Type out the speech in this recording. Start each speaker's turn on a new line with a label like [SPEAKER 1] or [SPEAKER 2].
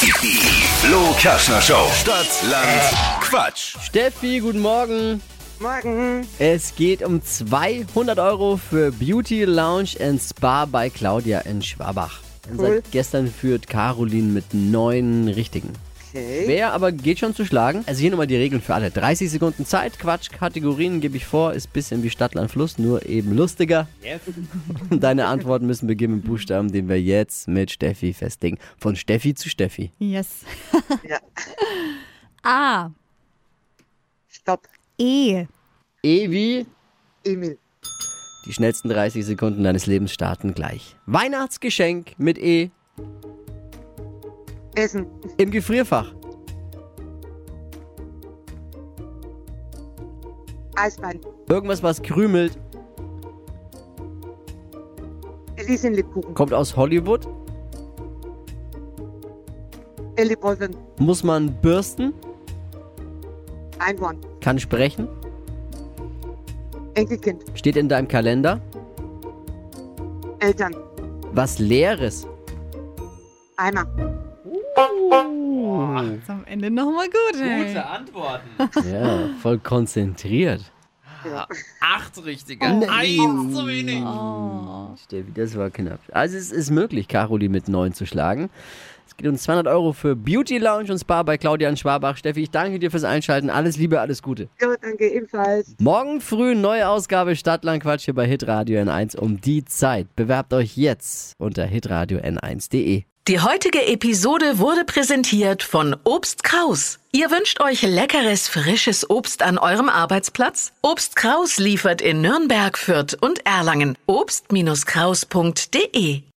[SPEAKER 1] Die Flo Kaschner Show. Stadt, Land, Quatsch.
[SPEAKER 2] Steffi, guten Morgen.
[SPEAKER 3] Morgen.
[SPEAKER 2] Es geht um 200 Euro für Beauty Lounge and Spa bei Claudia in Schwabach. Und
[SPEAKER 3] Cool.
[SPEAKER 2] Seit gestern führt Caroline mit neun richtigen.
[SPEAKER 3] Okay.
[SPEAKER 2] Wer aber geht schon zu schlagen? Also hier nochmal die Regeln für alle. 30 Sekunden Zeit, Quatsch, Kategorien gebe ich vor, ist bisschen wie Stadt, Land, Fluss, nur eben lustiger. Und deine Antworten müssen beginnen mit Buchstaben, den wir jetzt mit Steffi festlegen. Von Steffi zu Steffi.
[SPEAKER 4] Yes.
[SPEAKER 3] Ja.
[SPEAKER 4] A.
[SPEAKER 3] Stopp.
[SPEAKER 4] E.
[SPEAKER 2] Evi,
[SPEAKER 3] Emil.
[SPEAKER 2] Die schnellsten 30 Sekunden deines Lebens starten gleich. Weihnachtsgeschenk mit E
[SPEAKER 3] Essen.
[SPEAKER 2] im Gefrierfach.
[SPEAKER 3] Eisbein.
[SPEAKER 2] Irgendwas, was krümelt,
[SPEAKER 3] Elisenlebkuchen.
[SPEAKER 2] kommt aus Hollywood,
[SPEAKER 3] Elibolven.
[SPEAKER 2] muss man bürsten,
[SPEAKER 3] Einhorn.
[SPEAKER 2] kann sprechen,
[SPEAKER 3] Enkelkind.
[SPEAKER 2] steht in deinem Kalender.
[SPEAKER 3] Eltern.
[SPEAKER 2] Was Leeres.
[SPEAKER 3] Eimer.
[SPEAKER 4] Ist am Ende nochmal gut. Ey.
[SPEAKER 5] Gute Antworten.
[SPEAKER 2] Ja, voll konzentriert.
[SPEAKER 5] Acht richtige. Eins zu wenig.
[SPEAKER 2] Steffi, das war knapp. Also es ist möglich, Caroli mit 9 zu schlagen. Es geht um 200 Euro für Beauty Lounge und Spa bei Claudia in Schwabach. Steffi, ich danke dir fürs Einschalten. Alles Liebe, alles Gute.
[SPEAKER 3] Ja, danke ebenfalls.
[SPEAKER 2] Morgen früh neue Ausgabe Stadtlandquatsch hier bei Hitradio N1 um die Zeit. Bewerbt euch jetzt unter hitradio n1.de.
[SPEAKER 6] Die heutige Episode wurde präsentiert von Obst Kraus. Ihr wünscht euch leckeres, frisches Obst an eurem Arbeitsplatz? Obst Kraus liefert in Nürnberg, Fürth und Erlangen. Obst-Kraus.de